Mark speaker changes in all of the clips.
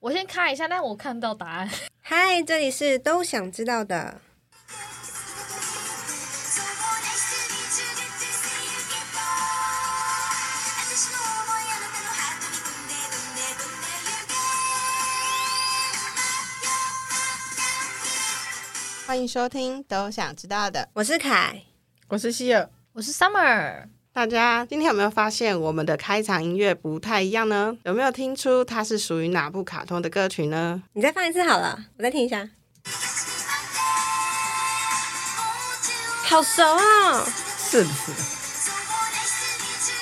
Speaker 1: 我先看一下，但我看到答案。
Speaker 2: 嗨，这里是都想知道的。
Speaker 3: 欢迎收听《都想知道的》，
Speaker 2: 我是凯，
Speaker 3: 我是希尔。
Speaker 1: 我是 Summer，
Speaker 3: 大家今天有没有发现我们的开场音乐不太一样呢？有没有听出它是属于哪部卡通的歌曲呢？
Speaker 2: 你再放一次好了，我再听一下。好熟哦！啊，
Speaker 3: 是不是？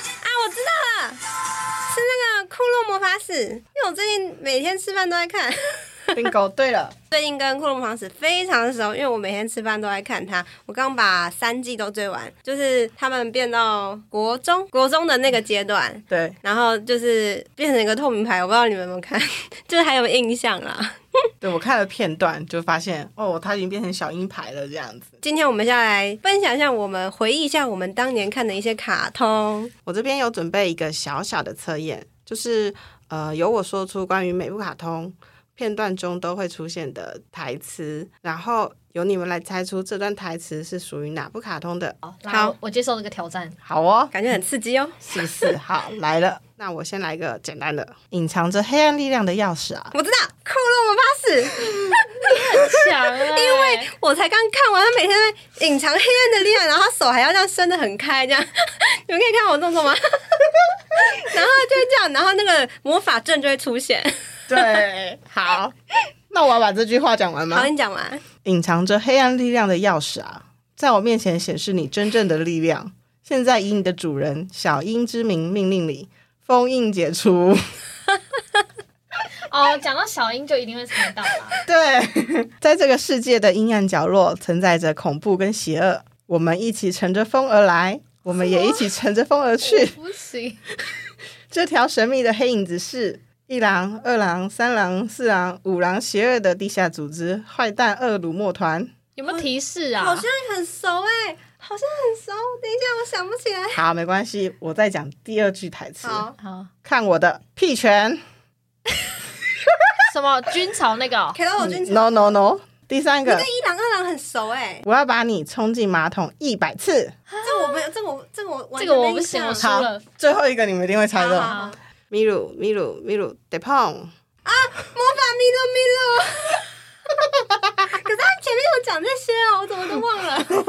Speaker 2: 我知道了，是那个《库洛魔法使》，因为我最近每天吃饭都在看。
Speaker 3: bingo，对了，
Speaker 2: 最近跟《库洛魔法使》非常熟，因为我每天吃饭都在看它。我刚把三季都追完，就是他们变到国中，国中的那个阶段，
Speaker 3: 对，
Speaker 2: 然后就是变成一个透明牌，我不知道你们有没有看， 就是还有印象啦。
Speaker 3: 对我看了片段就发现，哦，它已经变成小鹰牌了这样子。
Speaker 2: 今天我们下来分享一下，我们回忆一下我们当年看的一些卡通。
Speaker 3: 我这边有准备一个小小的测验，就是呃，由我说出关于每部卡通片段中都会出现的台词，然后由你们来猜出这段台词是属于哪部卡通的。
Speaker 1: 好，
Speaker 2: 好
Speaker 1: 来我我接受这个挑战。
Speaker 3: 好哦，
Speaker 2: 感觉很刺激哦！
Speaker 3: 是不是？ 好，来了。那我先来一个简单的，隐藏着黑暗力量的钥匙啊！
Speaker 2: 我知道《库洛魔法使》，
Speaker 1: 强、欸，因为
Speaker 2: 我才刚看完，他每天在隐藏黑暗的力量，然后他手还要这样伸得很开，这样 你们可以看我动作吗？ 然后就这样，然后那个魔法阵就会出 现。
Speaker 3: 对，好，那我要把这句话讲完吗
Speaker 2: 好，？你讲完。
Speaker 3: 隐藏着黑暗力量的钥匙啊，在我面前显示你真正的力量。现在以你的主人小鹰之名命令你，封印解除。
Speaker 1: 哦，讲到小樱就一定会猜到啦。
Speaker 3: 对，在这个世界的阴暗角落，存在着恐怖跟邪恶。我们一起乘着风而来，我们也一起乘着风而去。
Speaker 1: 不行，
Speaker 3: 这条神秘的黑影子是一郎、二郎、三郎、四郎、五郎邪恶的地下组织坏蛋恶鲁墨团。
Speaker 1: 有没有提示啊？
Speaker 2: 好像很熟哎、好像很熟。等一下，我想不起来。
Speaker 3: 好，没关系，我再讲第二句台词。
Speaker 2: 好，
Speaker 1: 好
Speaker 3: 看我的屁拳
Speaker 1: 什么军曹那个哦、
Speaker 2: 凯到我军曹，
Speaker 3: ！No No No！第三
Speaker 2: 你
Speaker 3: 个
Speaker 2: 跟，一郎二郎很熟哎、
Speaker 3: 我要把你冲进马桶一百次。
Speaker 2: 这我没有，这我这我完
Speaker 1: 这
Speaker 2: 全
Speaker 1: 个我
Speaker 2: 没
Speaker 1: 不
Speaker 2: 印
Speaker 1: 行，
Speaker 2: 象
Speaker 1: 我输了。
Speaker 3: 最后一个你们一定会猜
Speaker 2: 好
Speaker 3: 到。
Speaker 2: 好
Speaker 3: 米鲁米鲁米鲁 d e p o n
Speaker 2: 魔法咪路咪 路。可是他前面有讲这些啊，我怎么都忘 了。我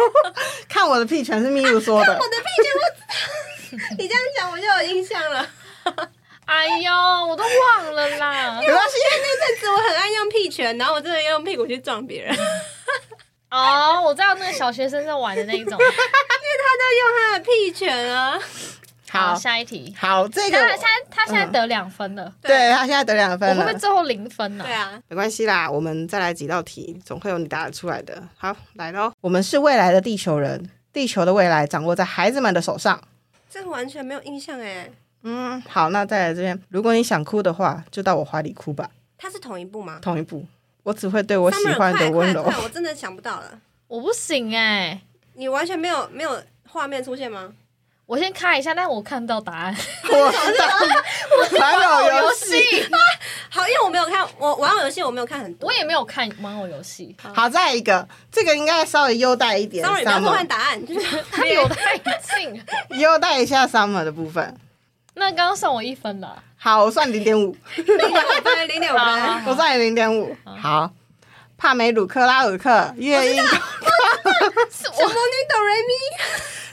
Speaker 3: 看我的屁拳是米鲁说的。
Speaker 2: 的屁圈我知道，你这样讲我就有印 象了。
Speaker 1: 哎呦，我都忘了啦
Speaker 3: 没。关系，
Speaker 2: 那阵子我很爱用屁拳，然后我真的要用屁股去撞别人。
Speaker 1: 哦，我知道那个小学生在玩的那一种。
Speaker 2: 他在用他的屁拳啊。
Speaker 1: 好，
Speaker 3: 好
Speaker 1: 下一题。
Speaker 3: 好，这个
Speaker 1: 他现在他现在得两分了，
Speaker 3: 对他现在得两
Speaker 1: 我
Speaker 3: 分
Speaker 1: 会不
Speaker 3: 了
Speaker 1: 会。最后零分呢、
Speaker 2: 对啊，
Speaker 3: 没关系啦，我们再来几道题，总会有你答得出来的。好，来喽！我们是未来的地球人，地球的未来掌握在孩子们的手上。
Speaker 2: 这个完全没有印象哎。
Speaker 3: 嗯，好，那再来这边，如果你想哭的话，就到我怀里哭吧。
Speaker 2: 它是同一部吗？
Speaker 3: 同一部，我只会对我喜
Speaker 2: Summer，
Speaker 3: 欢的温
Speaker 2: 快
Speaker 3: 柔。
Speaker 2: 快快我真的想不到了。
Speaker 1: 我不行哎、
Speaker 2: 你完全没有没有画面出现吗？
Speaker 1: 我先看一下，但我看到答案。
Speaker 3: 我知道，玩偶游 戏。
Speaker 2: 好，因为我没有看，我玩偶游戏我没有看很多
Speaker 1: 我。也没有看玩偶游戏，
Speaker 3: 好，再来一个，这个应该稍微优待一点
Speaker 2: sorry，不要破坏
Speaker 3: 哎，Summer
Speaker 2: 答案。就是
Speaker 1: 他离我太近了。
Speaker 3: 优待一下 Summer 的部分。
Speaker 1: 那刚刚算我一分了。
Speaker 3: 好，我算零点五，
Speaker 2: 零点五分，零点五
Speaker 1: 好
Speaker 2: 分
Speaker 1: 好。
Speaker 3: 我算你零点五。好，帕梅鲁克拉尔克月英，
Speaker 2: 小魔女哆瑞咪，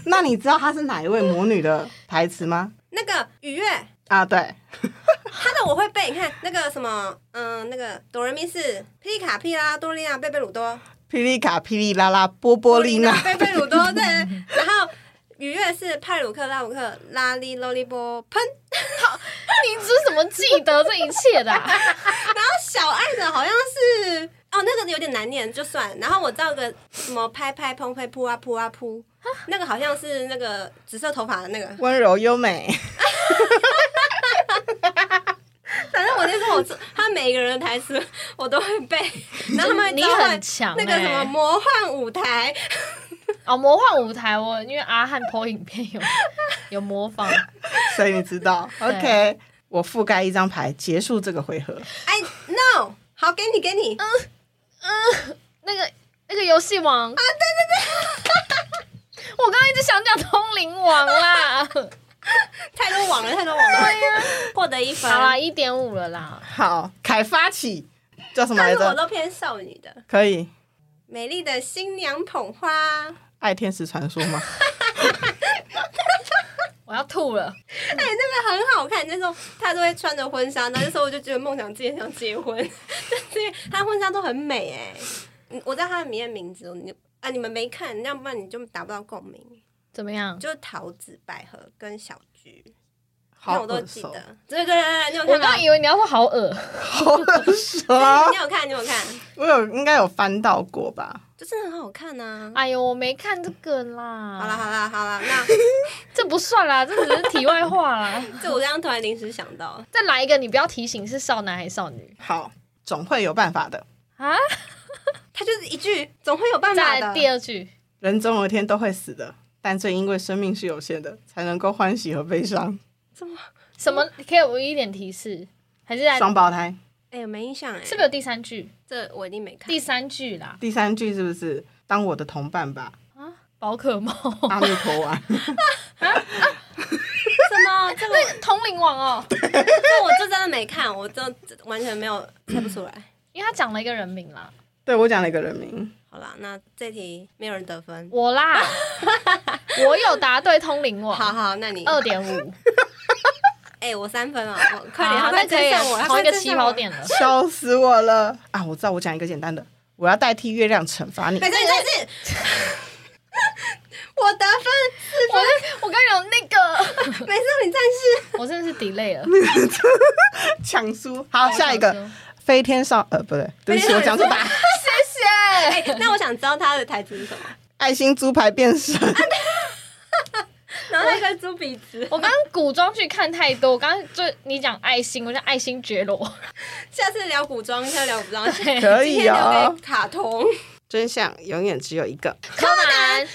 Speaker 3: 那你知道她是哪一位魔女的台词吗？
Speaker 2: 那个雨月，
Speaker 3: 啊，对，
Speaker 2: 她的我会背。你看那个什么，嗯，那个哆瑞咪是霹雳卡、皮拉、多利亚、贝贝鲁多、
Speaker 3: 霹雳卡、霹雳拉拉、波波丽娜。
Speaker 2: 贝贝鲁多对。然后雨月是派鲁克、拉鲁克、拉里、洛利波、喷。
Speaker 1: 你是怎么记得这一切的、啊？
Speaker 2: 然后小爱的好像是哦，那个有点难念，就算了。然后我知道个什么拍拍砰拍扑啊扑啊扑，那个好像是那个紫色头发的那个。
Speaker 3: 温柔优美，
Speaker 2: 反正我那时候我知他每一个人的台词 我都会背，然后他们
Speaker 1: 你
Speaker 2: 召唤
Speaker 1: 很强
Speaker 2: 那个什么
Speaker 1: 欸
Speaker 2: 魔幻舞台，
Speaker 1: 哦，魔幻舞台 我，因为阿汉投影片有有模仿，
Speaker 3: 所以你知道。
Speaker 1: 对
Speaker 3: OK，我覆盖一张牌，结束这个回合。
Speaker 2: 哎，no，好，给你，给
Speaker 1: 嗯
Speaker 2: 你，
Speaker 1: 那个那个游戏王啊，对对 对，我刚刚一直想讲通灵王 啦，
Speaker 2: 太多网了，太多 网了，获得一分。
Speaker 1: 啊好啊啦，一点五了啦，
Speaker 3: 好，凯发起叫什么
Speaker 2: 但
Speaker 3: 来
Speaker 2: 是我
Speaker 3: 着？
Speaker 2: 都偏少女的，
Speaker 3: 可以，
Speaker 2: 美丽的新娘捧花。哎
Speaker 3: 爱天使 传说吗？
Speaker 1: 我要吐了。
Speaker 2: 哎、那个很好看。那时候她都会穿着婚纱，那时候我就觉得梦想自己很想结婚， 就是因为她婚纱都很美哎、嗯我知道她的名人名字，你啊你们没看，要不然你就达不到共鸣。
Speaker 1: 怎么样？
Speaker 2: 就是桃子、百合跟小菊，那
Speaker 3: 好
Speaker 2: 我都
Speaker 3: 耳
Speaker 2: 记
Speaker 3: 熟，
Speaker 2: 得。对对对对，你有
Speaker 1: 我
Speaker 2: 看吗
Speaker 1: 刚？以为你要说好恶，
Speaker 3: 好耳熟，
Speaker 2: 你
Speaker 3: 啊
Speaker 2: 有看，你有看，
Speaker 3: 我有应该有翻到过吧？
Speaker 2: 就真的很好看呐、
Speaker 1: 哎呦，我没看这个啦。
Speaker 2: 好啦好啦好啦，那
Speaker 1: 这不算啦，这只是题外话啦。
Speaker 2: 这我刚刚突然临时想到，
Speaker 1: 再来一个，你不要提醒是少男还是少女
Speaker 3: 好，总会有办法的，
Speaker 1: 啊？
Speaker 2: 他就是一句总会有办法
Speaker 1: 再
Speaker 2: 的
Speaker 1: 来。第二句，
Speaker 3: 人总有一天都会死的，但正因为生命是有限的，才能够欢喜和悲伤。
Speaker 1: 什么？可以有一点提示，还是来？
Speaker 3: 双胞胎，
Speaker 2: 哎、没印象哎、
Speaker 1: 是不是有第三句？
Speaker 2: 这我一定没看。
Speaker 1: 第三句啦，
Speaker 3: 第三句是不是当我的同伴吧，
Speaker 1: 宝可 梦，
Speaker 3: 阿弥陀丸？
Speaker 2: 什么？这个我
Speaker 1: 通灵王哦，
Speaker 2: 这我就真的没看，我真的完全没有猜不出来。
Speaker 1: 因为他讲了一个人名啦，
Speaker 3: 对我讲了一个人名，
Speaker 2: 好啦，那这题没有人得分。
Speaker 1: 我 啦，我有答对通灵
Speaker 2: 好
Speaker 1: 王，
Speaker 2: 好，那你
Speaker 1: 二点五，
Speaker 2: 哎、我三分哦，我快点，
Speaker 1: 好，
Speaker 2: 他
Speaker 1: 那
Speaker 2: 快
Speaker 1: 可
Speaker 2: 追
Speaker 1: 以
Speaker 2: 上我，他
Speaker 1: 同
Speaker 2: 快
Speaker 1: 一个
Speaker 2: 追
Speaker 1: 起
Speaker 2: 上
Speaker 1: 跑
Speaker 2: 我。
Speaker 1: 点了。
Speaker 3: 笑死我了啊！我知道，我讲一个简单的，我要代替月亮惩罚 你
Speaker 2: 再。次再次， 我得分，
Speaker 1: 我我刚有那个，
Speaker 2: 美少女战 士。
Speaker 1: 我真的是 delay 了。
Speaker 3: 抢输。好，下一个飞天少呃，不对，对不起，我讲错吧。
Speaker 1: 谢谢。
Speaker 2: 哎那我想知道他的台词是什么。
Speaker 3: 爱心猪排变 身，
Speaker 2: 然后那个猪鼻子，
Speaker 1: 我刚刚古装剧看太多，我刚刚就你讲爱心，我就爱新觉罗。
Speaker 2: 下次聊古装，下次聊古装， 今
Speaker 3: 可以
Speaker 2: 天聊
Speaker 3: 哦
Speaker 2: 给。卡通。
Speaker 3: 真相永远只有一个。
Speaker 1: 柯南，
Speaker 2: 哎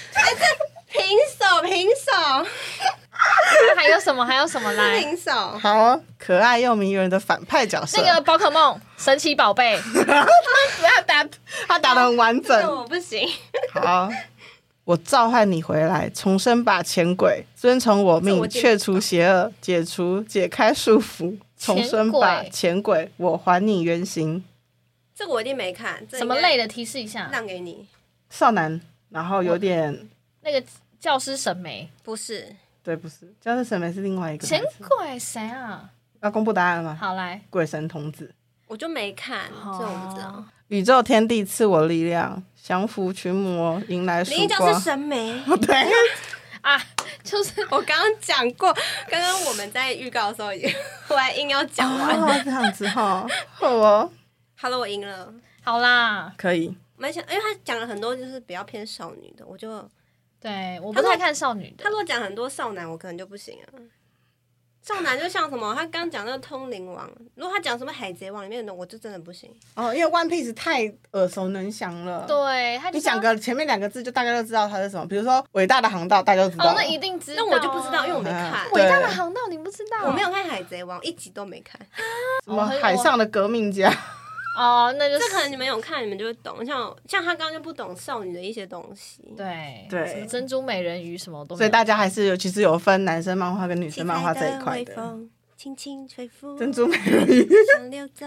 Speaker 2: 平手，平手，
Speaker 1: 那 还有什么？还有什么来？
Speaker 2: 平手。
Speaker 3: 好哦，可爱又迷人的反派角 色，
Speaker 1: 那个宝可梦、 神奇宝贝，
Speaker 3: 不要打，哦他打的很完
Speaker 2: 这个
Speaker 3: 整。
Speaker 2: 我不行，
Speaker 3: 好，我召唤你回来，重生吧，钱鬼，遵从我
Speaker 2: 这我
Speaker 3: 命，
Speaker 2: 记得
Speaker 3: 去除邪恶，解除解开束缚，重生吧，
Speaker 1: 钱鬼
Speaker 3: 钱鬼，我还你原形。
Speaker 2: 这个我一定没看。这
Speaker 1: 什么
Speaker 2: 应该
Speaker 1: 类的？提示一下。
Speaker 2: 让给你，
Speaker 3: 少男，然后有点
Speaker 1: 那个教师神眉，
Speaker 2: 不是。
Speaker 3: 对，不是，僵尸神眉是另外一个牌
Speaker 1: 钱
Speaker 3: 子。
Speaker 1: 鬼谁啊？
Speaker 3: 要公布答案了吗？
Speaker 1: 好来，
Speaker 3: 鬼神童子，
Speaker 2: 我就没看，
Speaker 1: 哦
Speaker 2: 这我不知道。
Speaker 3: 宇宙天地赐我力量，降服群魔，迎来曙
Speaker 2: 灵异教
Speaker 3: 光
Speaker 2: 师。神眉，
Speaker 3: 对，
Speaker 1: 啊， 就是
Speaker 2: 我刚刚讲过，刚刚我们在预告的时候也，我还硬要讲完。
Speaker 3: 哦，这样子哈，好哦，
Speaker 2: 好了，我赢了。
Speaker 1: 好啦。
Speaker 3: 可以。
Speaker 2: 蛮想，因为他讲了很多就是比较偏少女的，我就
Speaker 1: 对，我
Speaker 2: 他
Speaker 1: 不
Speaker 2: 说
Speaker 1: 太看少女
Speaker 2: 他
Speaker 1: 的。
Speaker 2: 如果讲很多少男，我可能就不行了。少男就像什么，他刚讲那个通灵王，如果他讲什么海贼王里面的，我就真的不行。
Speaker 3: 哦，因为 One Piece 太耳熟能详了。
Speaker 1: 对，他
Speaker 3: 你
Speaker 1: 就
Speaker 3: 讲
Speaker 1: 讲
Speaker 3: 个前面两个字，就大概就知道它是什么。比如说“伟大的航道”，大家都知道
Speaker 1: 哦，
Speaker 3: 了。
Speaker 1: 那一定知道
Speaker 2: 那
Speaker 1: 啊。
Speaker 2: 我就不知道，因为我没
Speaker 3: 啊
Speaker 2: 看，
Speaker 3: 对
Speaker 1: 伟大的航道你不知道？
Speaker 2: 我没有看海贼王，一集都没看。
Speaker 3: 什么海上的革命家？
Speaker 1: 哦，那就
Speaker 2: 这可
Speaker 1: 是
Speaker 2: 能你们有看，你们就会懂。像像他刚刚就不懂少女的一些东西。
Speaker 1: 对
Speaker 3: 对
Speaker 1: 什么珍珠美人鱼什么我都没
Speaker 3: 所以
Speaker 1: 有。
Speaker 3: 大家还是有其实有分男生漫画跟女
Speaker 2: 期
Speaker 3: 生
Speaker 2: 待
Speaker 3: 漫画这一
Speaker 2: 的
Speaker 3: 块
Speaker 2: 微
Speaker 3: 的。
Speaker 2: 风轻轻吹拂，
Speaker 3: 珍珠美人鱼，
Speaker 2: 想溜走。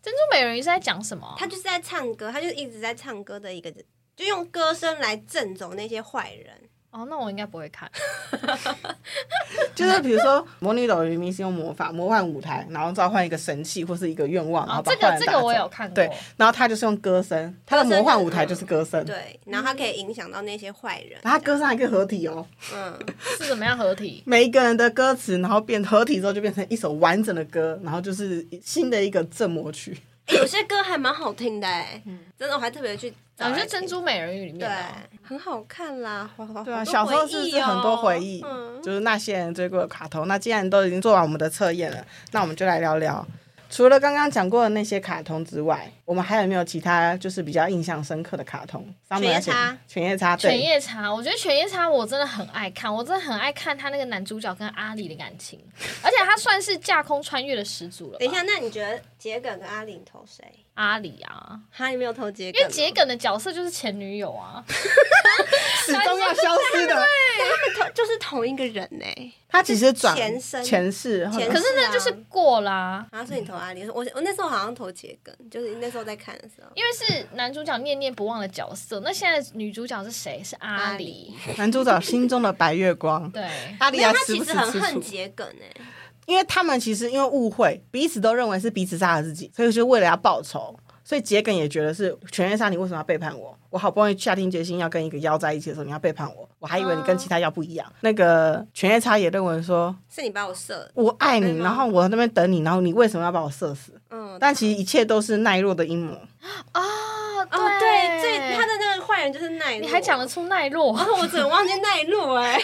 Speaker 1: 珍珠美人鱼是在讲什么啊？
Speaker 2: 他就是在唱歌，他就一直在唱歌的一个人，就用歌声来震走那些坏人。
Speaker 1: 哦，那我应该不会看。
Speaker 3: 就是比如说魔女斗鱼明星用魔法魔幻舞台，然后召唤一个神器或是一个愿望，然后
Speaker 1: 哦，
Speaker 3: 把
Speaker 1: 这
Speaker 3: 坏
Speaker 1: 个
Speaker 3: 人
Speaker 1: 这
Speaker 3: 打
Speaker 1: 个
Speaker 3: 走
Speaker 1: 我有看过。
Speaker 3: 对，然后他就是用歌声，他的魔幻舞台就是歌声，
Speaker 2: 对，然后他可以影响到那些坏人。
Speaker 3: 然后他歌声还可以合体哦，
Speaker 2: 嗯，
Speaker 1: 是怎么样合 体？
Speaker 3: 每一个人的歌词，然后变合体之后就变成一首完整的歌，然后就是新的一个镇魔曲。
Speaker 2: 诶 有些歌还蛮好听的哎、真的，我还特别去找
Speaker 1: 啊，
Speaker 2: 来
Speaker 1: 你
Speaker 2: 听。
Speaker 1: 是珍珠美人鱼里面
Speaker 2: 对
Speaker 1: 的哦。，
Speaker 2: 很好看啦。好好
Speaker 3: 对啊，
Speaker 2: 好多
Speaker 3: 小时候
Speaker 2: 回
Speaker 3: 是不
Speaker 2: 忆
Speaker 3: 是很多
Speaker 2: 哦
Speaker 3: 回忆？
Speaker 2: 嗯，
Speaker 3: 就是那些人追过的卡通。那既然都已经做完我们的测验了，那我们就来聊聊，除了刚刚讲过的那些卡通之外，我们还有没有其他就是比较印象深刻的卡通？上面来写
Speaker 2: 犬夜叉，
Speaker 3: 犬夜叉，
Speaker 1: 犬
Speaker 3: 对，
Speaker 1: 夜叉，我觉得犬夜叉我真的很爱看，我真的很爱看他那个男主角跟阿里的感 情，而且他算是架空穿越的始祖了吧。
Speaker 2: 等一下，那你觉得桔梗跟阿玲投谁？
Speaker 1: 阿里啊，
Speaker 2: 哈，你没有投桔梗
Speaker 1: 因为
Speaker 2: 吗，
Speaker 1: 桔梗的角色就是前女友啊，
Speaker 3: 始终要消失的。
Speaker 2: 他们同就是同一个人呢、欸。
Speaker 3: 他其实转
Speaker 2: 前身
Speaker 3: 前世，后来
Speaker 2: 前
Speaker 1: 可是那就是过啦、
Speaker 2: 啊，所以你投阿玲，我我那时候好像投桔梗，就是那时候在看的时候。
Speaker 1: 因为是男主角念念不忘的角色。那现在女主角是谁？是阿
Speaker 2: 阿
Speaker 1: 里
Speaker 2: 里。
Speaker 3: 男主角心中的白月光。
Speaker 1: 对，
Speaker 3: 阿
Speaker 2: 没
Speaker 3: 里
Speaker 2: 有
Speaker 3: 亚
Speaker 2: 他
Speaker 3: 时
Speaker 2: 其
Speaker 3: 不
Speaker 2: 实
Speaker 3: 时
Speaker 2: 很
Speaker 3: 吃
Speaker 2: 恨
Speaker 3: 醋，
Speaker 2: 桔梗哎、
Speaker 3: 因为他们其实因为误会，彼此都认为是彼此杀了自己，所以就为了要报仇，所以桔梗也觉得是犬夜叉，你为什么要背叛我？我好不容易下定决心要跟一个妖在一起的时候，你要背叛我，我还以为你跟其他妖不一样。那个犬夜叉也认为说
Speaker 2: 是你把我射的，
Speaker 3: 我爱你，
Speaker 2: 嗯
Speaker 3: 然后我在那边等你，然后你为什么要把我射死？
Speaker 2: 嗯，
Speaker 3: 但其实一切都是奈落的阴 谋。
Speaker 1: 哦，
Speaker 2: 哦对，最他的那个坏人就是奈落，
Speaker 1: 你还讲得出奈落？
Speaker 2: 哦，我怎么忘记奈落哎、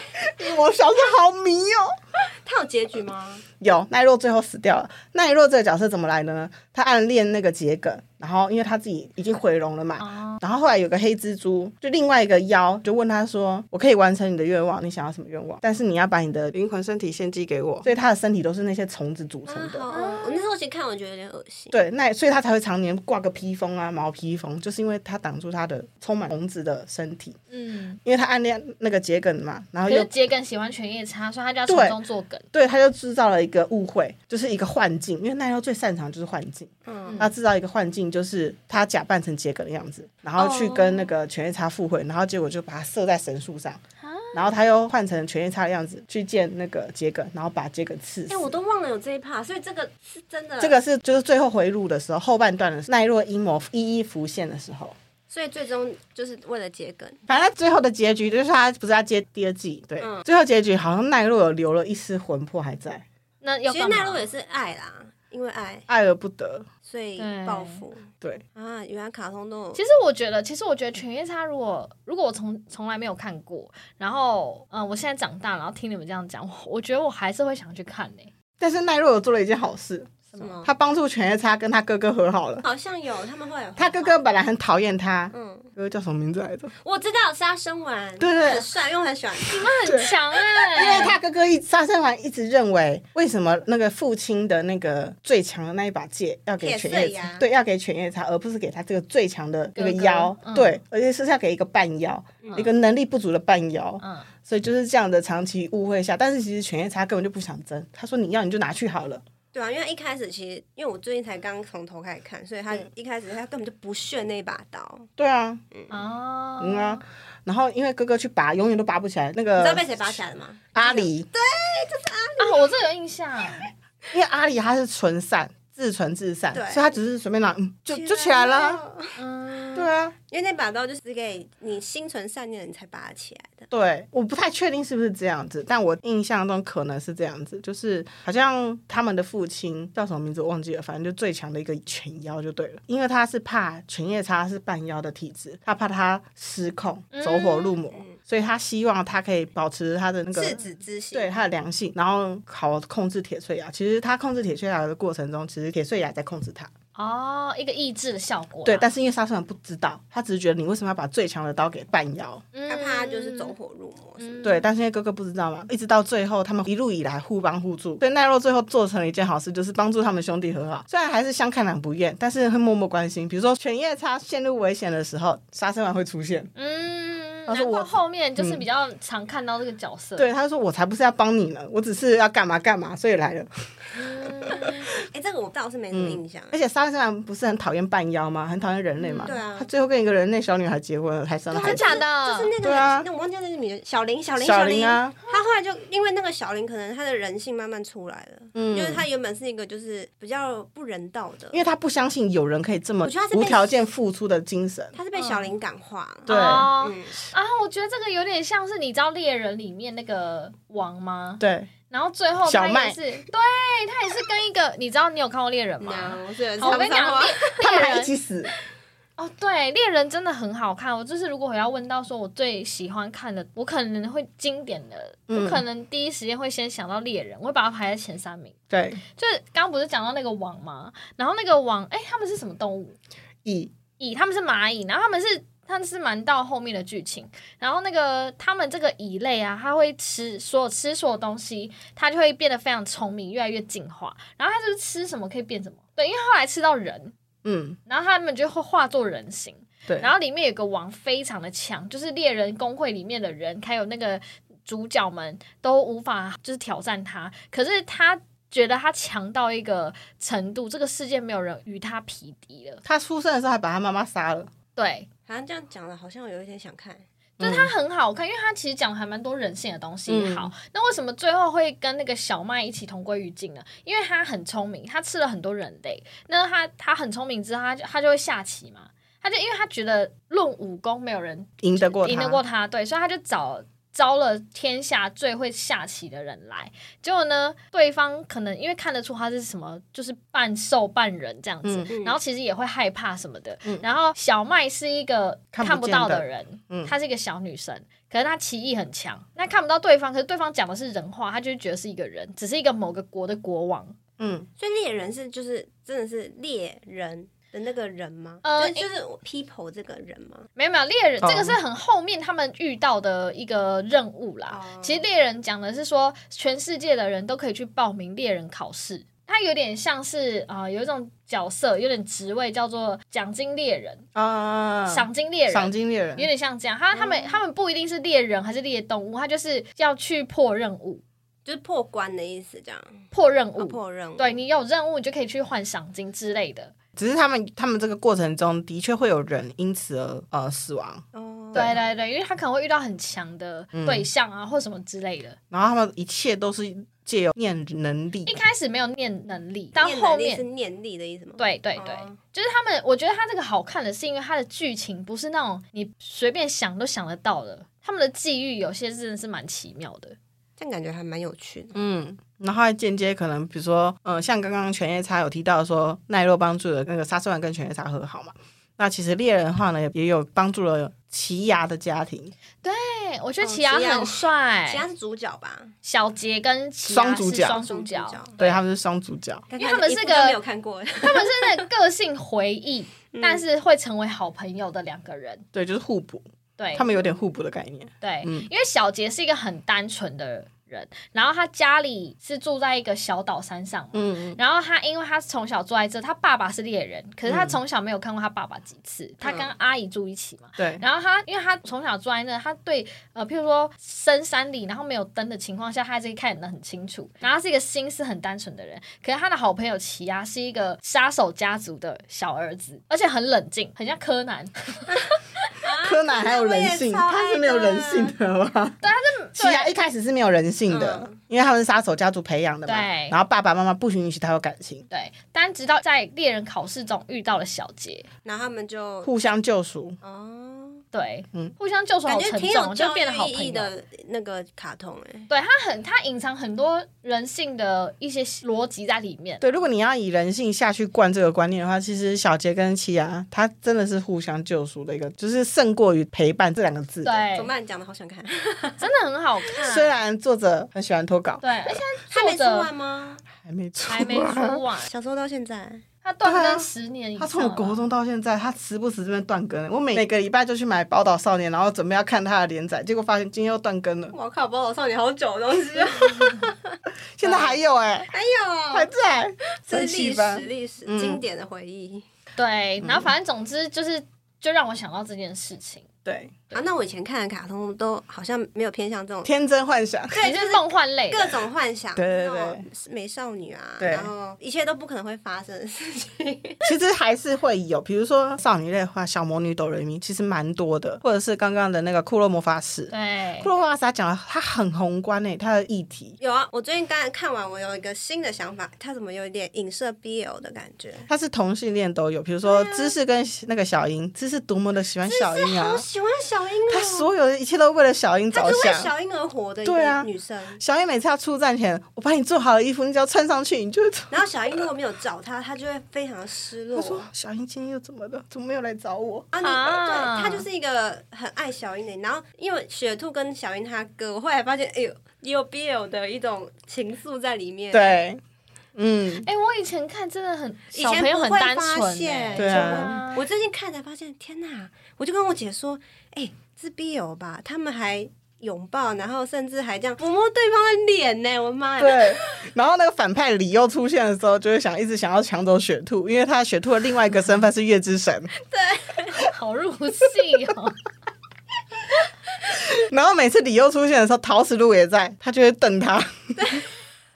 Speaker 3: 我小时候好迷哦。
Speaker 2: 他有结局吗？
Speaker 3: 有奈落最后死掉了。奈落这个角色怎么来的呢？他暗恋那个桔梗，然后因为他自己已经毁容了嘛，
Speaker 1: 哦
Speaker 3: 然后后来有个黑蜘蛛，就另外一个妖，就问他说：“我可以完成你的愿望，你想要什么愿望？但是你要把你的灵魂身体献祭给我。”所以他的身体都是那些虫子组成
Speaker 1: 嗯
Speaker 2: 啊，
Speaker 3: 的。
Speaker 2: 好恶，我那时候其实看我觉得有点恶心。
Speaker 3: 对，那所以他才会常年挂个披风啊、毛披风，就是因为他挡住他的充满虫子的身体，
Speaker 1: 嗯，
Speaker 3: 因为他暗恋那个桔梗嘛，然后
Speaker 1: 可是
Speaker 3: 又
Speaker 1: 桔梗喜欢犬夜叉，所以他就要从中作梗。
Speaker 3: 对，他就制造了一个误会，就是一个幻境，因为奈落最擅长就是幻境，
Speaker 2: 嗯
Speaker 3: 他制造一个幻境，就是他假扮成桔梗的样子，然后
Speaker 2: 哦
Speaker 3: 去跟那个犬夜叉复会，然后结果就把他射在神树上，
Speaker 2: 啊
Speaker 3: 然后他又换成犬夜叉的样子去见那个桔梗，然后把桔梗刺死
Speaker 2: 哎、。我都忘了有这一趴，所以这个是真的。
Speaker 3: 这，个是就是最后回路的时候，后半段的时候奈落阴谋一一浮现的时候，
Speaker 2: 所以最终就是为了桔梗，
Speaker 3: 反正他最后的结局就是他不是要接第二季，对，
Speaker 2: 嗯
Speaker 3: 最后结局好像奈落有留了一丝魂魄还在，
Speaker 1: 那要
Speaker 2: 其实
Speaker 1: 干嘛
Speaker 2: 奈落也是爱啦，因为爱，
Speaker 3: 爱而不得，
Speaker 2: 所以
Speaker 1: 对
Speaker 2: 报复
Speaker 3: 对，
Speaker 2: 啊。原来卡通都有
Speaker 1: 其实我觉得，其实我觉得《犬夜叉》如果如果我从从来没有看过，然后嗯、呃我现在长大，然后听你们这样讲，我我觉得我还是会想去看呢、
Speaker 3: 但是奈落有做了一件好事，
Speaker 2: 什么？
Speaker 3: 他帮助犬夜叉跟他哥哥和好了。
Speaker 2: 好像有，他们会有
Speaker 3: 他哥哥，本来很讨厌他，
Speaker 2: 嗯，
Speaker 3: 哥哥叫什么名字来着？
Speaker 2: 我知道杀生丸，
Speaker 3: 对对对
Speaker 2: 很帅，因为我很喜欢他。
Speaker 1: 你们很强哎、
Speaker 3: 因为他哥哥一沙僧丸一直认为，为什么那个父亲的那个最强的那一把剑要给犬夜
Speaker 2: 铁碎
Speaker 3: 叉
Speaker 2: 牙，
Speaker 3: 对，要给犬夜叉，而不是给他这个最强的那个
Speaker 1: 哥哥
Speaker 3: 妖，
Speaker 1: 嗯
Speaker 3: 对，而且是要给一个半妖，
Speaker 2: 嗯
Speaker 3: 一个能力不足的半妖，
Speaker 1: 嗯，
Speaker 3: 所以就是这样的长期误会下，但是其实犬夜叉根本就不想争，他说你要你就拿去好了，
Speaker 2: 对啊，因为一开始其实，因为我最近才刚从头开始看，所以他一开始他根本就不屑那把刀，
Speaker 3: 对啊，
Speaker 1: 哦，
Speaker 3: 嗯啊，然后因为哥哥去拔，永远都拔不起来，那
Speaker 2: 你
Speaker 3: 个
Speaker 2: 知道被谁拔起来的吗？
Speaker 3: 阿离，
Speaker 1: 啊，我这个有印象，
Speaker 3: 因为阿里他是纯善，自纯自善，
Speaker 2: 对
Speaker 3: 所以他只是随便拿，嗯，就就起来了。，啊
Speaker 1: 嗯，
Speaker 3: 对啊，
Speaker 2: 因为那把刀就是只给你心存善念的人才拔起来的。
Speaker 3: 对，我不太确定是不是这样子，但我印象中可能是这样子，就是好像他们的父亲叫什么名字我忘记了，反正就最强的一个犬妖就对了，因为他是怕犬夜叉是半妖的体质，他怕他失控走火入魔，所以他希望他可以保持他的那个
Speaker 2: 赤子之心，
Speaker 3: 对，它的良性，然后好控制铁碎牙。其实他控制铁碎牙的过程中，其实铁碎牙在控制他。
Speaker 1: 哦，一个抑制的效果啦，
Speaker 3: 对，但是因为沙僧不知道，他只是觉得你为什么要把最强的刀给半妖？
Speaker 1: 嗯
Speaker 2: 他怕他就是走，火入魔什么的。
Speaker 3: 对，但是因为哥哥不知道嘛，一直到最后，他们一路以来互帮互助，所以奈落最后做成了一件好事，就是帮助他们兄弟和好。虽然还是相看两不厌，但是会默默关心。比如说犬夜叉陷入危险的时候，沙僧丸会出现，
Speaker 1: 嗯，
Speaker 3: 他说
Speaker 1: 难怪
Speaker 3: 我嗯
Speaker 1: 后面就是比较常看到这个角色，
Speaker 3: 对，他就说：“我才不是要帮你呢，我只是要干嘛干嘛，所以来了。”
Speaker 2: 哎，这个我倒是没什么印象。哎
Speaker 3: 而且沙僧丸不是很讨厌半妖吗？很讨厌人类嘛。
Speaker 2: 嗯对啊
Speaker 3: 他最后跟一个人类小女孩结婚了，还生了孩
Speaker 1: 真
Speaker 3: 子。
Speaker 1: 假的
Speaker 2: 就是那
Speaker 3: 对
Speaker 2: 个，
Speaker 3: 啊
Speaker 2: 那我忘记那个女的，小林，小林，
Speaker 3: 小林
Speaker 2: 林
Speaker 3: 啊！
Speaker 2: 他后来就因为那个小林，可能他的人性慢慢出来了，嗯，因为他原本是一个就是比较不人道的
Speaker 3: 因，为他不相信有人可以这么
Speaker 2: 我觉得他是被
Speaker 3: 无条件付出的精神。
Speaker 2: 他是被小林感化了。
Speaker 3: 嗯对
Speaker 1: 哦
Speaker 2: 嗯
Speaker 1: 啊，我觉得这个有点像是你知道猎人里面那个王吗？
Speaker 3: 对，
Speaker 1: 然后最后
Speaker 3: 小
Speaker 1: 他
Speaker 3: 麦
Speaker 1: 也是，对他也是跟一个，你知道你有看过猎人吗？
Speaker 2: No，所以
Speaker 1: 啊好我跟你讲，
Speaker 2: 我
Speaker 1: 猎
Speaker 3: 他们
Speaker 1: 猎
Speaker 3: 还一
Speaker 1: 人
Speaker 3: 起死。
Speaker 1: 哦，对，猎人真的很好看。我就是如果我要问到说我最喜欢看的，我可能会经典的，
Speaker 3: 嗯
Speaker 1: 我可能第一时间会先想到猎人，我会把它排在前三名。
Speaker 3: 对，
Speaker 1: 就是刚不是讲到那个网吗？然后那个网，哎，他们是什么动物？
Speaker 3: 蚁
Speaker 1: 蚁，他们是蚂蚁，然后他们是他们是蛮到后面的剧情，然后那个他们这个蚁类啊，它会吃所有吃所有东西，它就会变得非常聪明，越来越进化。然后它就是吃什么可以变什么，对，因为后来吃到人，
Speaker 3: 嗯，
Speaker 1: 然后他们就会化作人形。
Speaker 3: 对，
Speaker 1: 然后里面有个王非常的强，就是猎人工会里面的人，还有那个主角们都无法就是挑战他。可是他觉得他强到一个程度，这个世界没有人与他匹敌了。
Speaker 3: 他出生的时候还把他妈妈杀了，
Speaker 1: 对，
Speaker 2: 好像这样讲了，好像我有一点想看。
Speaker 1: 就是它很好看，因为它其实讲还蛮多人性的东西。
Speaker 3: 嗯
Speaker 1: 好，那为什么最后会跟那个小麦一起同归于尽呢？因为它很聪明，它吃了很多人类。那它它很聪明之后，它就它就会下棋嘛。它就因为它觉得论武功没有人
Speaker 3: 赢得过他，
Speaker 1: 赢得过他，对，所以他就找招了天下最会下棋的人来。结果呢，对方可能因为看得出他是什么，就是半兽半人这样子，
Speaker 3: 嗯
Speaker 2: 嗯
Speaker 1: 然后其实也会害怕什么的。
Speaker 3: 嗯
Speaker 1: 然后小麦是一个
Speaker 3: 看不
Speaker 1: 看不到
Speaker 3: 见的
Speaker 1: 的人，
Speaker 3: 嗯
Speaker 1: 她是一个小女生。可是她棋艺很强，那看不到对方，可是对方讲的是人话，她就觉得是一个人，只是一个某个国的国王。
Speaker 3: 嗯，
Speaker 2: 所以猎人是就是真的是猎人的那个人吗？
Speaker 1: 呃
Speaker 2: 就是就是 people 这个人吗？
Speaker 1: 没有没有猎人，
Speaker 3: 哦
Speaker 1: 这个是很后面他们遇到的一个任务啦。
Speaker 2: 哦
Speaker 1: 其实猎人讲的是说，全世界的人都可以去报名猎人考试，它有点像是啊、呃有一种角色，有点职位叫做奖金猎人、
Speaker 3: 啊，
Speaker 1: 赏金猎
Speaker 3: 赏
Speaker 1: 人。
Speaker 3: 金猎
Speaker 1: 有
Speaker 3: 人，
Speaker 1: 点像这样，他他们
Speaker 2: 哦
Speaker 1: 他们不一定是猎人还是猎动物，他就是要去破任务，
Speaker 2: 就是破关的意思，这样、
Speaker 1: 破任
Speaker 2: 哦、
Speaker 1: 务。
Speaker 2: 破任务。
Speaker 1: 对你有任务，你就可以去换赏金之类的。
Speaker 3: 只是他们他们这个过程中的确会有人因此而呃死亡，
Speaker 2: 哦，
Speaker 1: 对对对，因为他可能会遇到很强的
Speaker 2: 嗯
Speaker 1: 对象啊，或什么之类的。
Speaker 3: 然后他们一切都是借由念能力
Speaker 1: 一，开始没有念能力，当
Speaker 2: 念
Speaker 1: 后
Speaker 2: 能力是
Speaker 1: 面
Speaker 2: 念力的意思吗？
Speaker 1: 对对对，
Speaker 2: 哦
Speaker 1: 就是他们，我觉得他这个好看的是因为他的剧情不是那种你随便想都想得到的，他们的际遇有些真的是蛮奇妙的。
Speaker 2: 这样感觉还蛮有趣的。
Speaker 3: 嗯，然后还间接可能比如说，呃，像刚刚犬夜叉有提到说奈落帮助了那个沙僧丸跟犬夜叉和好嘛，那其实猎人的话呢也有帮助了奇牙的家庭，
Speaker 1: 对，哎我觉得
Speaker 2: 哦
Speaker 1: 奇亚
Speaker 2: 奇亚
Speaker 1: 很帅
Speaker 2: 其，他是主角吧，
Speaker 1: 小杰跟奇亚
Speaker 3: 双
Speaker 1: 是
Speaker 3: 主角
Speaker 1: 双主角，
Speaker 3: 对，他们是双主角，
Speaker 2: 因
Speaker 1: 因为他们是个
Speaker 2: 没有看 过，
Speaker 1: 他们是那个个性回忆，但是会成为好朋友的两个人。
Speaker 3: 对，就是互补，
Speaker 1: 对，
Speaker 3: 他们有点互补的概念，
Speaker 1: 对，
Speaker 3: 嗯
Speaker 1: 因为小杰是一个很单纯的人，然后他家里是住在一个小岛山上嘛，
Speaker 3: 嗯，
Speaker 1: 然后他因为他从小住在这，他爸爸是猎人，可是
Speaker 3: 嗯
Speaker 1: 他从小没有看过他爸爸几次，他跟阿姨住一起嘛。
Speaker 3: 对，
Speaker 1: 然后他，因为他从小住在那，他对呃，譬如说深山里，然后没有灯的情况下，他还是可以看得很清楚。然后他是一个心思很单纯的人，可是他的好朋友奇亚是一个杀手家族的小儿子，而且很冷静，很像柯南。
Speaker 3: 柯南还有人性，
Speaker 2: 可是我也超爱
Speaker 3: 他是没有人性的吧？哎对，嗯他是奇牙一开始是没有人性的，因为他们是杀手家族培养的嘛，
Speaker 1: 对
Speaker 3: 然后爸爸妈妈不允许他有感情，
Speaker 1: 对，但直到在猎人考试中遇到了小杰，
Speaker 2: 然后他们就
Speaker 3: 互相救赎，
Speaker 2: 哦，
Speaker 1: 对，
Speaker 3: 嗯
Speaker 1: 互相救赎
Speaker 2: 感
Speaker 1: 好
Speaker 2: 觉
Speaker 1: 沉
Speaker 2: 挺有
Speaker 1: 重，就
Speaker 2: 教
Speaker 1: 变得好
Speaker 2: 育
Speaker 1: 朋
Speaker 2: 意义
Speaker 1: 友。
Speaker 2: 的那个卡通哎、
Speaker 1: 对他很，他隐藏很多人性的一些逻辑在里面。
Speaker 3: 对，如果你要以人性下去灌这个观念的话，其实小杰跟奇亚他真的是互相救赎的一个，就是胜过于陪伴这两个字。，
Speaker 1: 对，啊
Speaker 2: 怎么办？讲的好想看，
Speaker 1: 真的很好看。
Speaker 3: 虽然作者很喜欢脱稿，
Speaker 1: 对，而且
Speaker 2: 还
Speaker 1: 作
Speaker 2: 没出
Speaker 1: 者
Speaker 2: 完吗？
Speaker 3: 还没出，
Speaker 1: 还没出。完，
Speaker 2: 小时候到现在，
Speaker 1: 他断
Speaker 3: 对啊
Speaker 1: 更十年以上
Speaker 3: 他
Speaker 1: 了。
Speaker 3: 从我国中到现在，他时不时这边断更。欸我每每个礼拜就去买《宝岛少年》，然后准备要看他的连载，结果发现今天又断更了。
Speaker 2: 我靠，《宝岛少年》好久的东 西，
Speaker 3: 现在还有哎、
Speaker 2: 还
Speaker 3: 还
Speaker 2: 有
Speaker 3: 在，
Speaker 2: 啊这
Speaker 3: 神
Speaker 2: 是
Speaker 3: 奇
Speaker 2: 历
Speaker 3: 吧
Speaker 2: 史？历史
Speaker 3: 嗯
Speaker 2: 经典的回忆。嗯
Speaker 1: 对，然后反正总之就是，就让我想到这件事情。
Speaker 3: 对，
Speaker 2: 啊，那我以前看的卡通都好像没有偏向这种，
Speaker 3: 天真幻想。
Speaker 2: 对，
Speaker 1: 你
Speaker 2: 就是是
Speaker 1: 梦幻类的
Speaker 2: 各种幻想，
Speaker 3: 对对对
Speaker 2: 那种美少女啊，
Speaker 3: 对
Speaker 2: 然后一切都不可能会发生的事情。
Speaker 3: 其实还是会有，比如说少女类的话，小魔女哆瑞咪其实蛮多的，或者是刚刚的那个库洛魔法使，
Speaker 1: 对
Speaker 3: 库，洛魔法使他讲的他很宏观诶、他的议题，
Speaker 2: 有啊，我最近刚才看完，我有一个新的想法，它怎么有一点影射 BL 的感觉？
Speaker 3: 他是同性恋都有，比如说芝士跟那个小樱，芝士多么的喜欢小樱啊
Speaker 2: 好，喜喜欢小樱哦，
Speaker 3: 她所有的一切都为了小樱
Speaker 2: 她
Speaker 3: 着
Speaker 2: 是为
Speaker 3: 想。
Speaker 2: 小樱而活的一
Speaker 3: 对啊
Speaker 2: 个女生。
Speaker 3: 小樱每次要出战前，我把你做好的衣服，你只要穿上去，你就会。
Speaker 2: 然后小樱如果没有找她，她就会非常失落
Speaker 3: 我。说小樱今天又怎么了？怎么没有来找我？
Speaker 2: 啊，你
Speaker 1: 啊
Speaker 2: 对，她就是一个很爱小樱的人。然后因为雪兔跟小樱她哥，我后来发现，哎呦，也有 BL 的一种情愫在里面。，
Speaker 3: 对，嗯，
Speaker 1: 哎、我以前看真的很
Speaker 2: 以
Speaker 1: 小
Speaker 2: 前
Speaker 1: 朋友很
Speaker 2: 不会
Speaker 1: 单
Speaker 2: 发
Speaker 1: 纯、
Speaker 2: 现
Speaker 1: 欸，
Speaker 3: 对
Speaker 1: 啊
Speaker 2: 我最近看才发现，天哪！我就跟我姐说，哎、这 BL 吧，他们还拥抱，然后甚至还这样抚摸对方的脸呢，我妈呀！
Speaker 3: 对。然后那个反派李又出现的时候，就会想一直想要抢走雪兔，因为他雪兔的另外一个身份是月 之神。
Speaker 1: 好入戏哦。
Speaker 3: 然后每次李又出现的时候，陶瓷路也在，他就会瞪 他。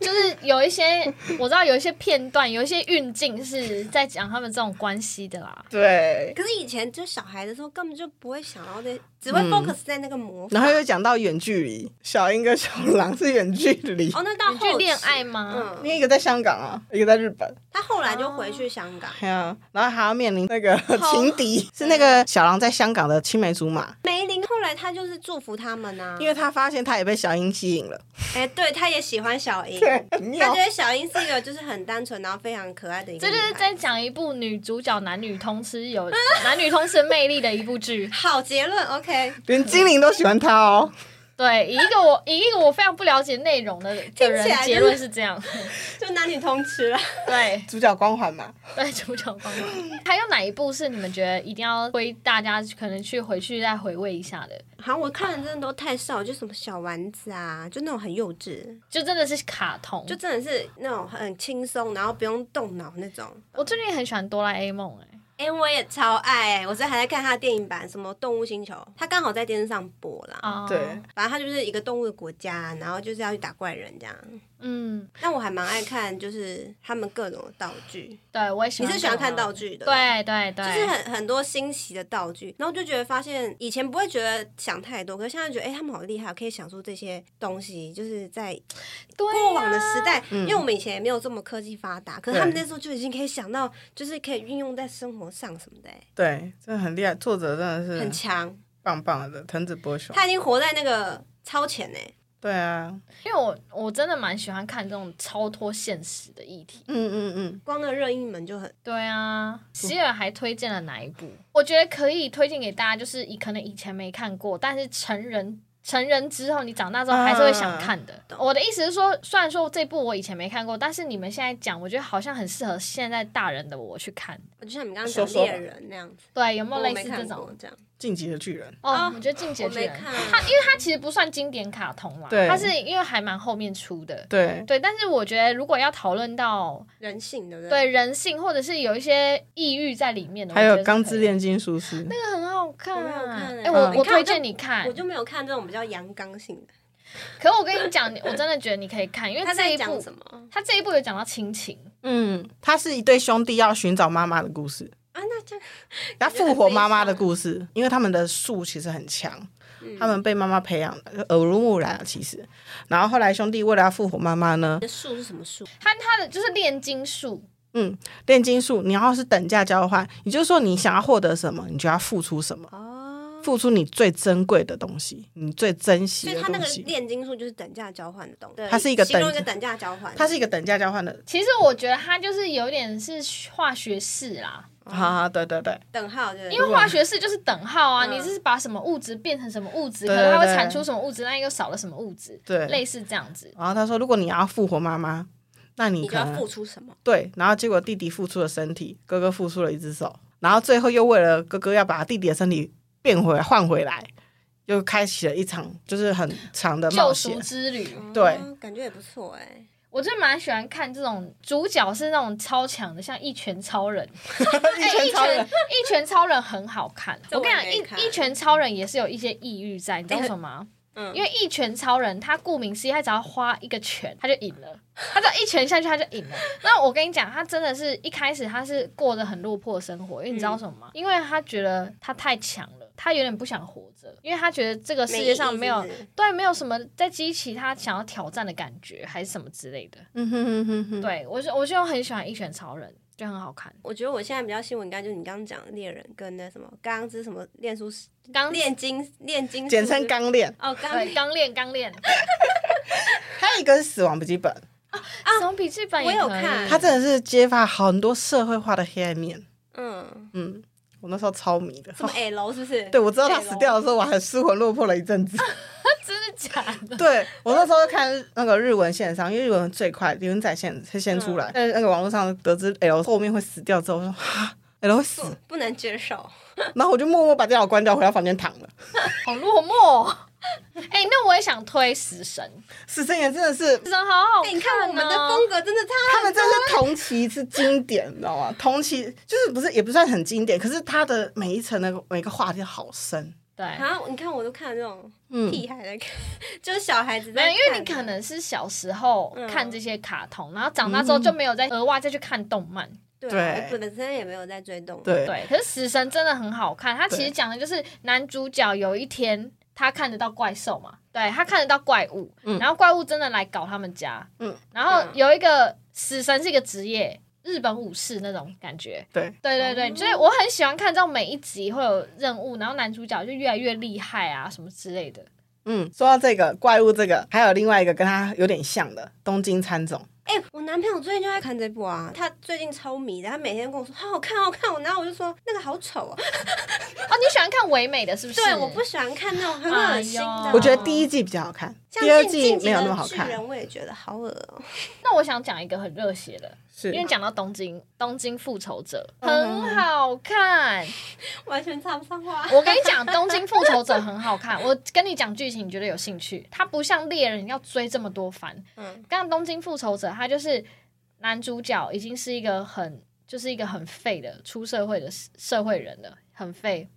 Speaker 1: 就是有一些 我知道有一些片段，有一些运镜是在讲他们这种关系的啦。
Speaker 3: 对。
Speaker 2: 可是以前就小孩的时候，根本就不会想要的，只会 focus 在那个魔法。
Speaker 3: 嗯然后又讲到远距离，小樱跟小狼是远距离，
Speaker 2: 哦，那到
Speaker 1: 你去
Speaker 2: 后
Speaker 1: 恋
Speaker 2: 期，
Speaker 1: 爱吗？哦
Speaker 3: 因
Speaker 2: 嗯，
Speaker 3: 为一个在香港啊，一个在日本。
Speaker 2: 他后来就回去香港，
Speaker 3: 对啊，然后还要面临那个 情敌，是那个小狼在香港的青梅竹马，
Speaker 2: 梅林后来他就是祝福他们啊，
Speaker 3: 因为他发现他也被小樱吸引了，
Speaker 2: 哎，对，他也喜欢小樱，
Speaker 3: 对，很
Speaker 2: 他
Speaker 3: 妙
Speaker 2: 觉。得小樱是一个就是很单纯，然后非常可爱的一个
Speaker 1: 这
Speaker 2: 女
Speaker 1: 就
Speaker 2: 孩，
Speaker 1: 是在讲一部女主角男女通吃有男女通吃魅力的一部剧。
Speaker 2: 好结论，OK。
Speaker 3: 连精灵都喜欢他哦，
Speaker 1: 对，以一个我以一个我非常不了解内容的的
Speaker 2: 听起
Speaker 1: 人，
Speaker 2: 来
Speaker 1: 结
Speaker 2: 就是
Speaker 1: 论是这样。
Speaker 2: 就男女通吃啦。
Speaker 1: 对
Speaker 3: 主角光环嘛。
Speaker 1: 对，主角光环。还有哪一部是你们觉得一定要推大家可能去回去再回味一下的？
Speaker 2: 好，我看的真的都太少，就什么小丸子啊，就那种很幼稚，
Speaker 1: 就真的是卡通。
Speaker 2: 就
Speaker 1: 就
Speaker 2: 真的是那种很轻松，然后不用动脑那种。
Speaker 1: 我最近很喜欢哆啦 A 梦、哎，
Speaker 2: 哎、我也超爱、我昨天还在看他的电影版，什么《动物星球》，他刚好在电视上播啦。
Speaker 1: 啊，
Speaker 3: 对，
Speaker 2: 反正他就是一个动物的国家，然后就是要去打怪人这样。
Speaker 1: 嗯，
Speaker 2: 但我还蛮爱看，就是他们各种的道具。
Speaker 1: 对，我也喜
Speaker 2: 你
Speaker 1: 欢。
Speaker 2: 是喜欢看道？具的？。
Speaker 1: 对对对，
Speaker 2: 就是很很多新奇的道具，然后就觉得发现以前不会觉得想太多，可是现在觉得哎、他们好厉害，可以想出这些东西，就是在
Speaker 1: 对啊
Speaker 2: 过往的时代，
Speaker 3: 嗯
Speaker 2: 因为我们以前也没有这么科技发达，可是他们那时候就已经可以想到，就是可以运用在生活上什么的、哎
Speaker 3: 对，真的很厉害，作者真的
Speaker 1: 啊
Speaker 2: 很
Speaker 3: 是
Speaker 2: 强。
Speaker 3: 棒棒的藤子波雄。
Speaker 2: 他已经活在那个超前呢、哎
Speaker 3: 对啊，
Speaker 1: 因为我我真的蛮喜欢看这种超脱现实的议题。
Speaker 3: 嗯嗯嗯，
Speaker 2: 光那热映门就很
Speaker 1: 对啊，
Speaker 2: 嗯
Speaker 1: 希尔还推荐了哪一部？我觉得可以推荐给大家，就是以可能以前没看过，但是成人。成人之后，你长大之后还是会想看的。
Speaker 2: 啊
Speaker 1: 我的意思是说，虽然说这部我以前没看过，但是你们现在讲，我觉得好像很适合现在大人的我去看。
Speaker 2: 就像你刚刚
Speaker 3: 说
Speaker 2: 讲
Speaker 3: 说吧
Speaker 2: 猎人那样子，
Speaker 1: 对，有没
Speaker 2: 我
Speaker 1: 哦有类
Speaker 2: 没
Speaker 1: 似这
Speaker 2: 看
Speaker 1: 种
Speaker 2: 过？这样。
Speaker 3: 晋级的巨人。
Speaker 1: 哦
Speaker 2: 啊，
Speaker 1: 我觉得《进阶
Speaker 2: 我
Speaker 1: 巨
Speaker 2: 没
Speaker 1: 人》
Speaker 2: 看，
Speaker 1: 它因为它其实不算经典卡通啦，
Speaker 3: 对
Speaker 1: 它是因为还蛮后面出的。
Speaker 3: 对，
Speaker 1: 对，但是我觉得如果要讨论到
Speaker 2: 人性对不对？
Speaker 1: 对人性，或者是有一些抑郁在里面的，
Speaker 3: 还
Speaker 1: 我觉
Speaker 3: 有
Speaker 1: 得
Speaker 3: 《
Speaker 1: 是
Speaker 3: 钢
Speaker 1: 可
Speaker 3: 之
Speaker 1: 以
Speaker 3: 炼金术师》
Speaker 1: 那个很好看，
Speaker 2: 我没有看欸
Speaker 1: 哎、我
Speaker 3: 嗯
Speaker 1: 我
Speaker 2: 你看
Speaker 1: 推
Speaker 2: 我就
Speaker 1: 荐你看
Speaker 2: 我，就没有看这种比较阳刚性的。
Speaker 1: 可我跟你讲，我真的觉得你可以看，因为
Speaker 2: 他
Speaker 1: 这
Speaker 2: 在
Speaker 1: 一
Speaker 2: 讲
Speaker 1: 部
Speaker 2: 什么
Speaker 1: 他这一部有讲到亲情，
Speaker 3: 嗯，他是一对兄弟要寻找妈妈的故事，
Speaker 2: 啊？那这样
Speaker 3: 要复活妈妈的故事，因为他们的术其实很强，
Speaker 2: 嗯
Speaker 3: 他们被妈妈培养的，耳濡目染啊，其实。然后后来兄弟为了要复活妈妈呢
Speaker 2: 你，的树是什么树？
Speaker 1: 他他的就是炼金术，
Speaker 3: 嗯，炼金术，你要是等价交换，也就是说你想要获得什么，你就要付出什么，
Speaker 2: 哦，
Speaker 3: 付出你最珍贵的东西，你最珍
Speaker 2: 所
Speaker 3: 惜
Speaker 2: 以
Speaker 3: 的
Speaker 2: 它那
Speaker 3: 东
Speaker 2: 个
Speaker 3: 西。
Speaker 2: 炼金术就是等价交换的东西，
Speaker 3: 它是一个
Speaker 2: 形容
Speaker 3: 等
Speaker 2: 一个等价交换，
Speaker 3: 它是一个等价交换的，
Speaker 1: 其实我觉得他就是有点是化学式啦，
Speaker 2: 哦
Speaker 3: 哈哈，对对对，
Speaker 2: 等号，对不对，
Speaker 1: 因为化学式就是等号啊，
Speaker 2: 嗯
Speaker 1: 你是把什么物质变成什么物质，
Speaker 3: 对
Speaker 1: 可能它会
Speaker 3: 对
Speaker 1: 产出什么物质，那又少了什么物质，
Speaker 3: 对
Speaker 1: 类似这样子。
Speaker 3: 然后他说，如果你要复活妈妈，那你
Speaker 2: 你就
Speaker 3: 可
Speaker 2: 要
Speaker 3: 能
Speaker 2: 付出什么？
Speaker 3: 对，然后结果弟弟付出了身体，哥哥付出了一只手，然后最后又为了哥哥要把弟弟的身体变回来换回来，又开启了一场就是很长的冒
Speaker 1: 救
Speaker 3: 险
Speaker 1: 赎。之旅，
Speaker 3: 对
Speaker 2: 哦，感觉也不错哎。
Speaker 1: 我就蛮喜欢看这种主角是那种超强的，像一拳超人，
Speaker 3: 一
Speaker 1: 哎，
Speaker 3: 拳
Speaker 1: 一
Speaker 3: 超人
Speaker 1: 拳，一拳超人很好看。
Speaker 2: 这
Speaker 1: 我
Speaker 2: 我
Speaker 1: 跟
Speaker 2: 也没
Speaker 1: 你讲，
Speaker 2: 看
Speaker 1: 一一拳超人也是有一些抑郁在，你知道为什么吗？
Speaker 2: 嗯
Speaker 1: 因为一拳超人，他顾名思义，他只要花一个拳，他就赢了。他只要一拳下去，他就赢了。那我跟你讲，他真的是一开始他是过得很落魄的生活，因为你知道什么
Speaker 2: 嗯
Speaker 1: 吗？因为他觉得他太强了，他有点不想活着，因为他觉得这个世界上没有
Speaker 2: 没意义是不是
Speaker 1: 对没有什么在激起他想要挑战的感觉，还是什么之类的。
Speaker 3: 嗯哼哼哼哼，
Speaker 1: 对我是我就很喜欢一拳超人，就很好看。
Speaker 2: 我觉得我现在比较新闻，应该就是你刚刚讲的猎人跟那什么钢之什么炼书师
Speaker 1: 刚
Speaker 2: 炼金炼金术
Speaker 3: 简称钢炼。
Speaker 2: 哦钢
Speaker 1: 对刚练刚 练，
Speaker 3: 还有一个是《死亡笔记本》，
Speaker 1: 什么笔记本
Speaker 2: 啊我
Speaker 1: 也
Speaker 2: 有
Speaker 1: 可以
Speaker 2: 看
Speaker 3: 它真的是揭发很多社会化的黑暗面。
Speaker 2: 嗯
Speaker 3: 嗯，我那时候超迷的。
Speaker 2: 什么 L 是不是？
Speaker 3: 哦 对，我知道他
Speaker 2: L
Speaker 3: 死掉的时候，我还失魂落魄了一阵子。
Speaker 1: 真的假的？
Speaker 3: 对我那时候看那个日文线上，因为日文最快，日文仔线是先出来。但是那个网络上得知 L 后面会死掉之后，我说哈 L 会 死，
Speaker 2: 不嗯不能接受，
Speaker 3: 然后我就默默把电脑关掉，回到房间躺了。
Speaker 1: 好落寞、哦。哎、那我也想推《死神》，
Speaker 3: 死神也真的是
Speaker 1: 《死神》好好看、哦
Speaker 2: 哎、你看我们的风格真的差，
Speaker 3: 他们真的是同期是经典，你知道吗？同期就是不是也不算很经典，可是它的每一层的每个话题好深。
Speaker 1: 对。
Speaker 2: 然后你看我都看那种
Speaker 3: 嗯
Speaker 2: 屁孩在看， 就是小孩子在
Speaker 1: 没有，
Speaker 2: 看，
Speaker 1: 因为你可能是小时候
Speaker 2: 嗯
Speaker 1: 看这些卡通，然后长大之后
Speaker 3: 嗯
Speaker 1: 就没有再额外再去看动漫。
Speaker 2: 对
Speaker 3: 对
Speaker 2: 啊，我本身也没有在追动物，
Speaker 3: 对，
Speaker 1: 对，可是《死神》真的很好看，它其实
Speaker 3: 对
Speaker 1: 讲的就是男主角有一天他看得到怪兽嘛，对他看得到怪物，
Speaker 3: 嗯
Speaker 1: 然后怪物真的来搞他们家，
Speaker 3: 嗯
Speaker 1: 然后
Speaker 2: 嗯
Speaker 1: 有一个死神是一个职业。日本武士那种感觉，
Speaker 3: 对
Speaker 1: 对对对，
Speaker 2: 哦
Speaker 1: 所以我很喜欢看到每一集会有任务，然后男主角就越来越厉害啊什么之类的。
Speaker 3: 嗯，说到这个怪物，这个还有另外一个跟他有点像的《东京参种》，
Speaker 2: 哎、我男朋友最近就在看这部啊，他最近超迷的，他每天跟我说好好看，好好看，我然后我就说那个好丑啊，
Speaker 1: 哦，你喜欢看唯美的，是不是？
Speaker 2: 对，我不喜欢看那种很恶心的、
Speaker 1: 哎呦
Speaker 3: 我觉得第一季比较好看，
Speaker 2: 哦像
Speaker 3: 第二
Speaker 2: 进
Speaker 3: 季
Speaker 2: 进击
Speaker 3: 没有
Speaker 2: 的
Speaker 3: 那么好看
Speaker 2: 巨。人我也觉得好恶哦、
Speaker 1: 那我想讲一个很热血的，
Speaker 3: 是
Speaker 1: 因为讲到东京，《东京复仇者》
Speaker 3: 嗯
Speaker 1: 很好看。
Speaker 2: 完全插不上 话。
Speaker 1: 我跟你讲，《东京复仇者》很好看。我跟你讲剧情，你觉得有兴趣？它不像猎人要追这么多番。
Speaker 2: 嗯
Speaker 1: 刚刚《东京复仇者》，它就是男主角已经是一个很就是一个很废的出社会的社社会人了，很废。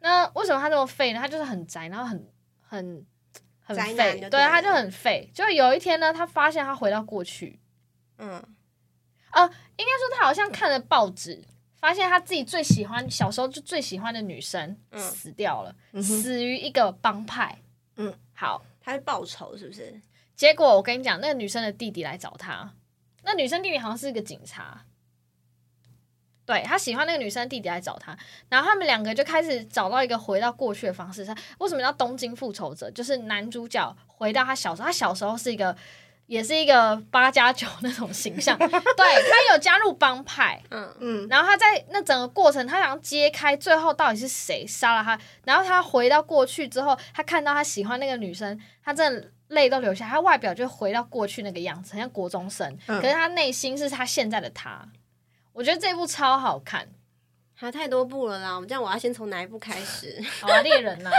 Speaker 1: 那为什么他这么废呢？他就是很宅，然后很很很
Speaker 2: 宅男
Speaker 1: 废，
Speaker 2: 就
Speaker 1: 对，啊
Speaker 2: 对了
Speaker 1: 他就很废。就有一天呢，他发现他回到过去，
Speaker 2: 嗯，
Speaker 1: 应该说他好像看了报纸，发现他自己最喜欢小时候就最喜欢的女生、
Speaker 2: 嗯
Speaker 1: 死掉了，
Speaker 3: 嗯哼
Speaker 1: 死于一个帮派。
Speaker 3: 嗯，
Speaker 1: 好，
Speaker 2: 他是报仇是不是？
Speaker 1: 结果我跟你讲，那个女生的弟弟来找他，那女生弟弟好像是个警察。对他喜欢那个女生的弟弟来找他，然后他们两个就开始找到一个回到过去的方式。他为什么叫东京复仇者？就是男主角回到他小时候，他小时候是一个，也是一个八加九那种形 象。对他有加入帮派，
Speaker 2: 嗯，
Speaker 3: 嗯，
Speaker 1: 然后他在那整个过程，他想揭开最后到底是谁杀了他。然后他回到过去之后，他看到他喜欢那个女生，他真的泪都流下来。他外表就回到过去那个样子，很像国中生，
Speaker 3: 嗯
Speaker 1: 可是他内心是他现在的他。我觉得这部超好看，
Speaker 2: 还有太多部了啦，我这样我要先从哪一部开始？
Speaker 1: 好啊，猎 人呐、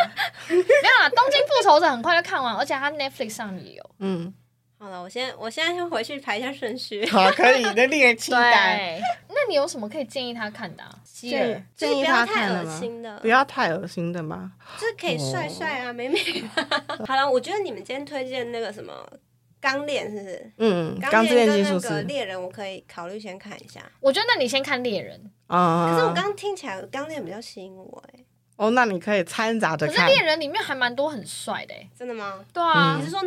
Speaker 1: 没有啦，《东京复仇者》很快就看完，而且他 Netflix 上也有。
Speaker 3: 嗯，
Speaker 2: 好了，我先我现在先回去排一下顺序。
Speaker 3: 好，可以，那列个清单。
Speaker 1: 对，那你有什么可以建议他看的、啊？希尔
Speaker 3: 建建
Speaker 2: 就
Speaker 3: 议
Speaker 2: 是不要
Speaker 3: 他
Speaker 2: 太
Speaker 3: 看了
Speaker 2: 恶
Speaker 3: 吗？
Speaker 2: 心的，
Speaker 3: 不要哦太恶心的吗？
Speaker 2: 就是可以帅帅啊，美美啊。 好了，我觉得你们今天推荐那个什么钢炼是不是？
Speaker 3: 嗯，
Speaker 2: 钢
Speaker 3: 之炼
Speaker 2: 跟
Speaker 3: 金
Speaker 2: 那
Speaker 3: 术
Speaker 2: 个
Speaker 3: 师，
Speaker 2: 猎人，我可以考虑先看一下。
Speaker 1: 我觉得那你先看猎人，
Speaker 3: 啊，
Speaker 2: 可是我刚刚听起来钢炼比较吸引我，哎，
Speaker 3: 哦，那你可以掺杂着
Speaker 1: 可是
Speaker 3: 看，
Speaker 1: 猎人里面还蛮多很帅的、欸，
Speaker 2: 真的吗？
Speaker 1: 对啊，
Speaker 3: 嗯
Speaker 2: 你是说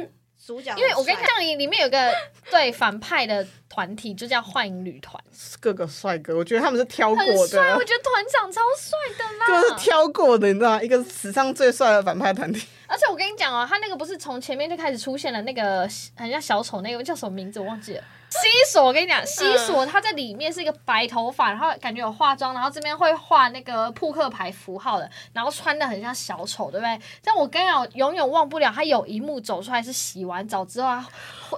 Speaker 2: 主角很帅？
Speaker 1: 因为我跟你讲，里里面有 个对反派的团体，就叫幻影旅团，
Speaker 3: 各个帅哥，我觉得他们是挑
Speaker 1: 很
Speaker 3: 过
Speaker 1: 帅，我
Speaker 3: 的，
Speaker 1: 觉得团长超帅的
Speaker 3: 啊就是
Speaker 1: 啦。
Speaker 3: 挑过的，你知道吗？一个史上最帅的反派团体，
Speaker 1: 而且我跟你讲哦，他那个不是从前面就开始出现了那个很像小丑那个叫什么名字我忘记 了。西索，我跟你
Speaker 3: 嗯
Speaker 1: 讲，西索他在里面是一个白头发，然后感觉有化妆，然后这边会画那个扑克牌符号的，然后穿的很像小丑，对不对？但我跟你讲，我永远忘不了他有一幕走出来是洗完澡之后，他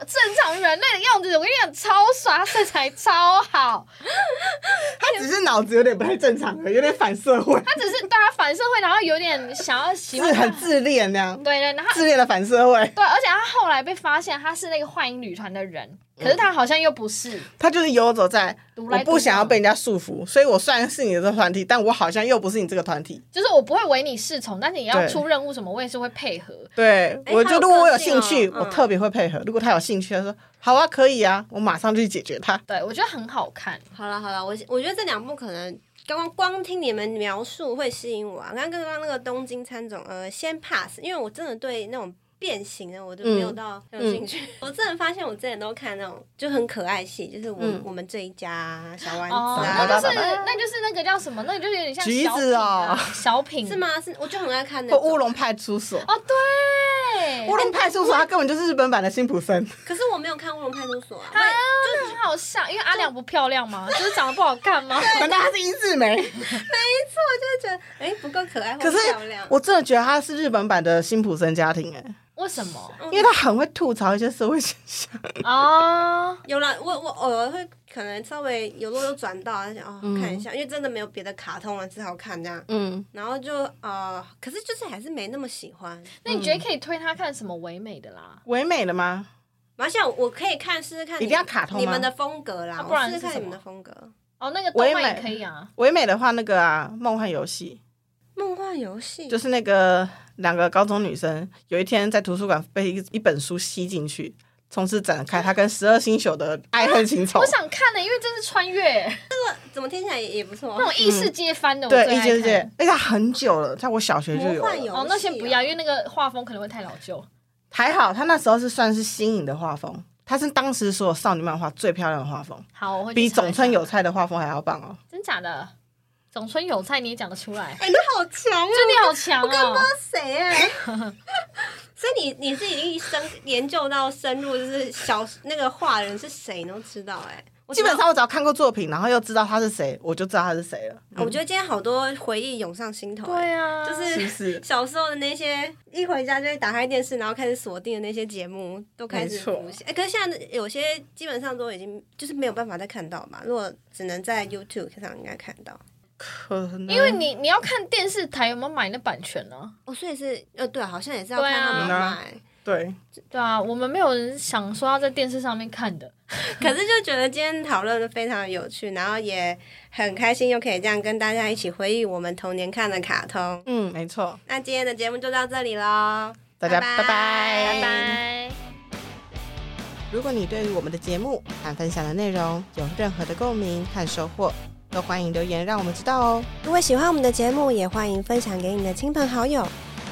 Speaker 1: 正常人类的样子，我跟你讲超帅，他身材超好。
Speaker 3: 他只是脑子有点不太正常而已，有点反社会，
Speaker 1: 他只是对他反社会，然后有点想要喜
Speaker 3: 是
Speaker 1: 欢
Speaker 3: 很
Speaker 1: 他
Speaker 3: 自恋那样，
Speaker 1: 对对，然后
Speaker 3: 自恋的反社会，
Speaker 1: 对，而且他后来被发现他是那个幻影旅团的人，可
Speaker 3: 嗯
Speaker 1: 是他好像又不是，
Speaker 3: 他就是游走在
Speaker 1: 独
Speaker 3: 我
Speaker 1: 来独
Speaker 3: 不想要
Speaker 1: 往
Speaker 3: 被人家束缚，所以我虽然是你的团体，但我好像又不是你这个团体，
Speaker 1: 就是我不会唯你是从，但是你要
Speaker 3: 对
Speaker 1: 出任务什么，我也是会配合。
Speaker 3: 对，
Speaker 2: 哎
Speaker 3: 我
Speaker 2: 他
Speaker 3: 就
Speaker 2: 有
Speaker 3: 如果
Speaker 2: 个
Speaker 3: 我有
Speaker 2: 性
Speaker 3: 兴
Speaker 2: 哦
Speaker 3: 趣，我
Speaker 2: 嗯
Speaker 3: 特别会配合。如果他有兴趣，他说好啊，可以啊，我马上就去解决他。
Speaker 1: 对，我觉得很好看。
Speaker 2: 好了好了，我我觉得这两部可能刚刚光听你们描述会吸引我啊。刚刚刚刚那个东京餐种，呃，先 pass，因为我真的对那种变形的，我就
Speaker 3: 嗯
Speaker 2: 没有到很有兴趣。 我真的发现，我之前都看那种就很可爱戏，就是我、
Speaker 3: 嗯
Speaker 2: 我们这一家啊、小丸子
Speaker 1: 哦，
Speaker 2: 啊，
Speaker 1: 那就是那就是那个叫什么？那个就有点像
Speaker 3: 橘
Speaker 1: 小
Speaker 3: 子
Speaker 1: 品啊
Speaker 3: 哦，
Speaker 1: 小品
Speaker 2: 是？吗？是，我就很爱看那
Speaker 3: 或
Speaker 2: 种
Speaker 3: 乌。龙派出所。
Speaker 1: 哦，
Speaker 2: 哎
Speaker 1: 对，
Speaker 3: 乌龙派出所，它根本就是日本版的辛普森。
Speaker 2: 可是我没有看《乌龙派出所》啊，
Speaker 1: 啊，很好像，因为阿良不漂亮吗？就是长得不好看吗？
Speaker 3: 难道她是一字眉？
Speaker 2: 我就觉得哎、不够可爱或
Speaker 3: 可是
Speaker 2: 漂亮。
Speaker 3: 我真的觉得她是日本版的辛普森家庭哎、
Speaker 1: 为什么？
Speaker 2: 嗯
Speaker 3: 因为她很会吐槽一些社会现象。
Speaker 1: 哦，
Speaker 2: 嗯有啦，我我偶尔会可能稍微有路又转到，想哦
Speaker 3: 嗯
Speaker 2: 看一下，因为真的没有别的卡通了，啊只好看这样。
Speaker 3: 嗯，
Speaker 2: 然后就呃，可是就是还是没那么喜欢。
Speaker 1: 那你觉
Speaker 3: 嗯
Speaker 1: 得可以推他看什么唯美的啦？
Speaker 3: 唯美了吗？
Speaker 2: 马来西亚我可以看试试看你，
Speaker 3: 一定要卡通吗
Speaker 2: 你们的风格啦，
Speaker 1: 啊不然
Speaker 2: 我试试
Speaker 1: 是
Speaker 2: 看
Speaker 1: 什
Speaker 2: 你们
Speaker 1: 么
Speaker 2: 的风格。
Speaker 1: 哦，那个动
Speaker 3: 唯
Speaker 1: 漫
Speaker 3: 美
Speaker 1: 也可以啊。
Speaker 3: 唯美的话，那个啊，梦幻游戏
Speaker 2: 梦幻游戏
Speaker 3: 就是那个两个高中女生有一天在图书馆被一一本书吸进去，从此展开她跟十二星宿的爱恨情仇
Speaker 1: 我。想看的、因为这是穿越
Speaker 2: 怎么听起来也也不错
Speaker 1: 那。种异世界番的，我最
Speaker 3: 嗯对，一
Speaker 1: 爱
Speaker 3: 姐
Speaker 1: 看。
Speaker 3: 姐，而且她很久了，在我小学就
Speaker 2: 魔
Speaker 3: 有了
Speaker 2: 幻。游戏啊
Speaker 1: 哦，那先不要，因为那个画风可能会太老旧。
Speaker 3: 还好她那时候是算是新颖的画风，她是当时所有少女漫画最漂亮的画风，
Speaker 1: 好，我会去
Speaker 3: 比
Speaker 1: 查一
Speaker 3: 总村
Speaker 1: 下
Speaker 3: 有菜的画风还要棒哦。
Speaker 1: 真假的？总村有菜你也讲得出来，
Speaker 2: 哎、你好强啊！
Speaker 1: 就你好强哦！
Speaker 2: 谁哎、 所以你你是已经深研究到深入，就是小那个画人是谁你都知道哎、我
Speaker 3: 基
Speaker 2: 知道
Speaker 3: 本上我只要看过作品，然后又知道她是谁，我就知道她是谁了。
Speaker 2: 我觉得今天好多回忆涌上心头、哎
Speaker 1: 对啊，
Speaker 2: 就是
Speaker 3: 不是？
Speaker 2: 小时候的那些，一回家就会打开电视，然后开始锁定的那些节目，都开始
Speaker 3: 没错
Speaker 2: 浮现。哎、可是现在有些基本上都已经就是没有办法再看到吧？如果只能在 YouTube 上应该看到。
Speaker 3: 可能
Speaker 1: 因为你你要看电视台有没有买那版权呢、
Speaker 2: 哦，所以是呃，对，好像也是要
Speaker 1: 对
Speaker 2: 看
Speaker 1: 啊
Speaker 2: 他们买，
Speaker 3: 对
Speaker 1: 对啊，我们没有人想说要在电视上面看的。
Speaker 2: 可是就觉得今天讨论的非常有趣，然后也很开心，又可以这样跟大家一起回忆我们童年看的卡通。
Speaker 3: 嗯，没错。
Speaker 2: 那今天的节目就到这里喽，
Speaker 3: 大家
Speaker 2: 拜
Speaker 3: 拜拜
Speaker 1: 拜拜。
Speaker 3: 如果你对于我们的节目和分享的内容有任何的共鸣和收获，都欢迎留言让我们知道哦。
Speaker 2: 如果喜欢我们的节目，也欢迎分享给你的亲朋好友，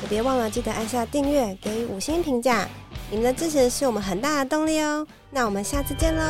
Speaker 2: 也别忘了记得按下订阅，给予五星评价。你们的支持是我们很大的动力哦。那我们下次见喽。